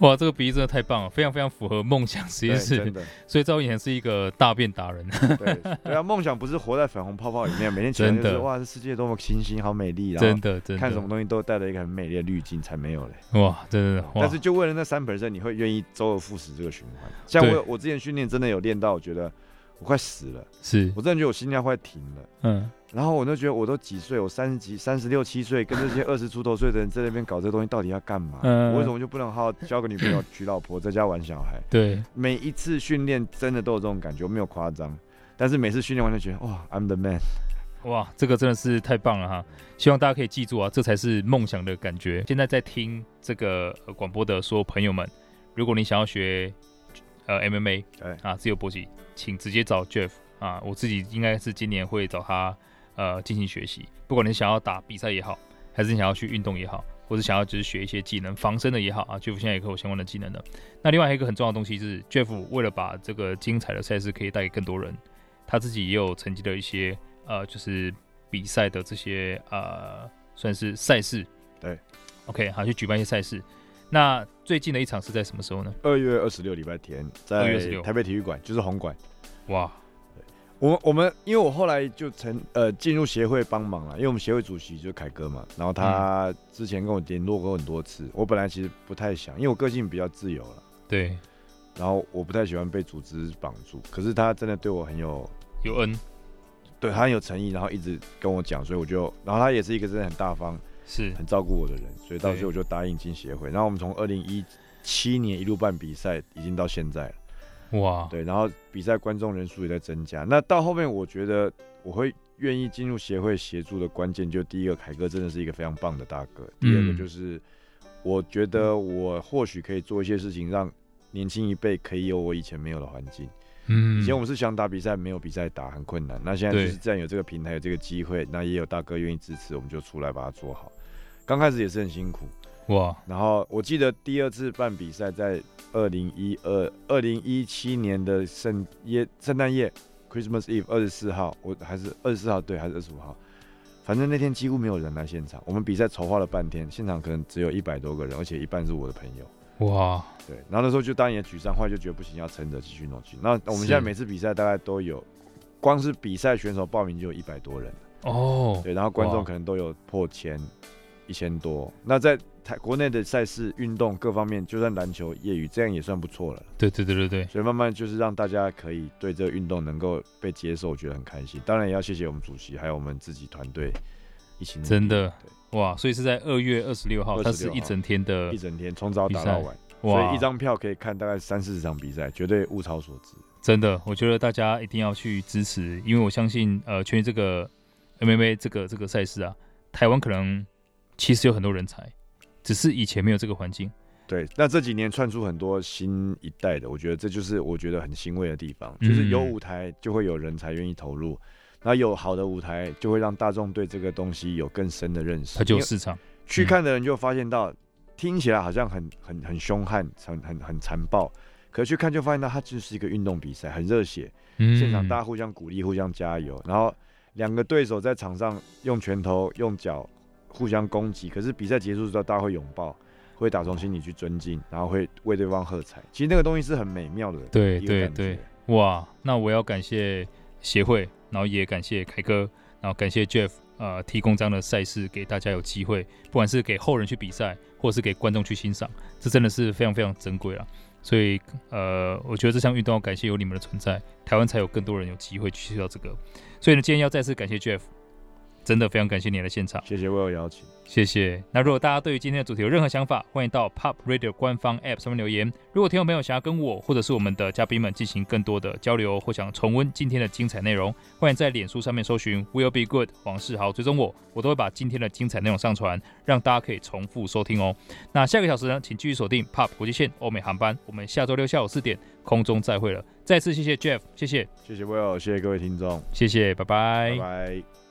[SPEAKER 1] 哇，这个比喻真的太棒了，非常非常符合梦想实
[SPEAKER 2] 对
[SPEAKER 1] 验
[SPEAKER 2] 真
[SPEAKER 1] 室。
[SPEAKER 2] 的，
[SPEAKER 1] 所以赵以前是一个大便达人，
[SPEAKER 2] 对对啊，梦想不是活在粉红泡泡里面，每天起来就
[SPEAKER 1] 真
[SPEAKER 2] 是
[SPEAKER 1] 的
[SPEAKER 2] 哇，这世界多么清新，好美丽，然
[SPEAKER 1] 真
[SPEAKER 2] 后
[SPEAKER 1] 的真的，
[SPEAKER 2] 看什么东西都带了一个很美丽的滤镜，才没有嘞。
[SPEAKER 1] 哇，真的哇，
[SPEAKER 2] 但是就为了那三本身，你会愿意周而复始这个循环。像
[SPEAKER 1] 对
[SPEAKER 2] 我我之前训练真的有练到，我觉得我快死了。
[SPEAKER 1] 是
[SPEAKER 2] 我真的觉得我心跳快停了。
[SPEAKER 1] 嗯，
[SPEAKER 2] 然后我就觉得我都几岁，我三十几、三十六七岁，跟这些二十出头岁的人在那边搞这东西，到底要干嘛？
[SPEAKER 1] 嗯
[SPEAKER 2] 我为什么就不能好好交个女
[SPEAKER 1] <laughs>
[SPEAKER 2] 朋友、娶老婆，在家玩小孩？
[SPEAKER 1] 对，
[SPEAKER 2] 每一次训练真的都有这种感觉，我没有夸张。但是每次训练完就觉得哇，I'm the man。
[SPEAKER 1] 哇，这个真的是太棒了哈！希望大家可以记住啊，这才是梦想的感觉。现在在听这个呃广播的所有朋友们，如果你想要学呃 MMA，
[SPEAKER 2] 对
[SPEAKER 1] 啊，自由搏击，请直接找 Jeff 啊，我自己应该是今年会找他呃进行学习。不管你想要打比赛也好，还是你想要去运动也好，或者想要只是学一些技能防身的也好啊，Jeff 现在也有相关的技能的。那另外还有一个很重要的东西是，Jeff 为了把这个精彩的赛事可以带给更多人，他自己也有成绩的一些。呃，就是比赛的这些呃，算是赛事。
[SPEAKER 2] 对
[SPEAKER 1] ，OK，好，去举办一些赛事。那最近的一场是在什么时候呢？
[SPEAKER 2] 二月二十六礼拜天，
[SPEAKER 1] 2月
[SPEAKER 2] 在
[SPEAKER 1] 26
[SPEAKER 2] 台北体育馆，就是红馆。
[SPEAKER 1] 哇，
[SPEAKER 2] 我们我们因为我后来就成呃进入协会帮忙了，因为我们协会主席就是凯哥嘛，然后他
[SPEAKER 1] 嗯
[SPEAKER 2] 之前跟我联络过很多次，我本来其实不太想，因为我个性比较自由了，
[SPEAKER 1] 对，
[SPEAKER 2] 然后我不太喜欢被组织绑住，可是他真的对我很有
[SPEAKER 1] 有恩
[SPEAKER 2] 对他很有诚意，然后一直跟我讲，所以我就，然后他也是一个真的很大方、
[SPEAKER 1] 是
[SPEAKER 2] 很照顾我的人，所以到时候我就答应进协会，然后我们从二零一七年一路办比赛，已经到现在了。
[SPEAKER 1] 哇，
[SPEAKER 2] 对，然后比赛观众人数也在增加。那到后面，我觉得我会愿意进入协会协助的关键，就第一个，凯哥真的是一个非常棒的大哥；第二个
[SPEAKER 1] 嗯
[SPEAKER 2] 就是，我觉得我或许可以做一些事情，让年轻一辈可以有我以前没有的环境。
[SPEAKER 1] 嗯
[SPEAKER 2] 以前我们是想打比赛，没有比赛打很困难。那现在就是既然有这个平台，有这个机会，那也有大哥愿意支持，我们就出来把它做好。刚开始也是很辛苦，
[SPEAKER 1] 哇，
[SPEAKER 2] 然后我记得第二次办比赛在二零一二、二零一七年的圣耶圣诞夜 （Christmas Eve） 二十四号，我还是二十四号对，还是二十五号，反正那天几乎没有人来啊现场。我们比赛筹划了半天，现场可能只有一百多个人，而且一半是我的朋友。
[SPEAKER 1] 哇，
[SPEAKER 2] 对，然后那时候就当然也沮丧，后来就觉得不行，要撑着继续弄去。那我们
[SPEAKER 1] 是
[SPEAKER 2] 现在每次比赛大概都有，光是比赛选手报名就有一百多人了，
[SPEAKER 1] 哦，
[SPEAKER 2] 对，然后观
[SPEAKER 1] 哇
[SPEAKER 2] 众可能都有破千，一千多。那在台国内的赛事、运动各方面，就算篮球、业余，这样也算不错了。
[SPEAKER 1] 对对对对对，
[SPEAKER 2] 所以慢慢就是让大家可以对这个运动能够被接受，我觉得很开心。当然也要谢谢我们主席，还有我们自己团队一起努力
[SPEAKER 1] 真的哇！所以是在二月二十六号，
[SPEAKER 2] 26
[SPEAKER 1] 它是一整天的
[SPEAKER 2] 一整天从早打到晚，所
[SPEAKER 1] 哇
[SPEAKER 2] 以一，张票可以看大概三四十场比赛，绝对物超所值。
[SPEAKER 1] 真的，我觉得大家一定要去支持，因为我相信呃，圈这个 MMA 这个这个赛事啊，台湾可能其实有很多人才，只是以前没有这个环境。
[SPEAKER 2] 对，那这几年窜出很多新一代的，我觉得这就是我觉得很欣慰的地方，
[SPEAKER 1] 嗯
[SPEAKER 2] 就是有舞台就会有人才愿意投入，那有好的舞台就会让大众对这个东西有更深的认识。
[SPEAKER 1] 它就嗯
[SPEAKER 2] 因
[SPEAKER 1] 有
[SPEAKER 2] 为
[SPEAKER 1] 市场，
[SPEAKER 2] 去看的人就发现到，听起来好像很很很凶悍、很很很残暴，可是去看就发现到它就是一个运动比赛，很热血，
[SPEAKER 1] 嗯
[SPEAKER 2] 现场大家互相鼓励、互相加油，然后两个对手在场上用拳头、用脚互相攻击，可是比赛结束之后，大家会拥抱，会打从心里去尊敬，然后会为对方喝彩。其实那个东西是很美妙的，
[SPEAKER 1] 对
[SPEAKER 2] 一个
[SPEAKER 1] 对
[SPEAKER 2] 感觉
[SPEAKER 1] 对，哇，那我要感谢协会，然后也感谢凯哥，然后感谢 Jeff，呃，提供这样的赛事给大家有机会，不管是给后人去比赛，或者是给观众去欣赏，这真的是非常非常珍贵啊。所以，呃，我觉得这项运动要感谢有你们的存在，台湾才有更多人有机会去到这个。所以呢，今天要再次感谢 Jeff，真的非常感谢你来现场。
[SPEAKER 2] 谢谢为我邀请。
[SPEAKER 1] 谢谢。那如果大家对于今天的主题有任何想法，欢迎到 Pop Radio 官方 App 上面留言。如果听众朋友想要跟我或者是我们的嘉宾们进行更多的交流，或想重温今天的精彩内容，欢迎在脸书上面搜寻 Will Be Good 黄世豪追踪我，我都会把今天的精彩内容上传，让大家可以重复收听哦。那下个小时呢，请继续锁定 Pop 国际线欧美航班，我们下周六下午四点空中再会了。再次谢谢 Jeff，谢谢，
[SPEAKER 2] 谢谢 Will，谢谢各位听众，
[SPEAKER 1] 谢谢，拜拜
[SPEAKER 2] 拜拜。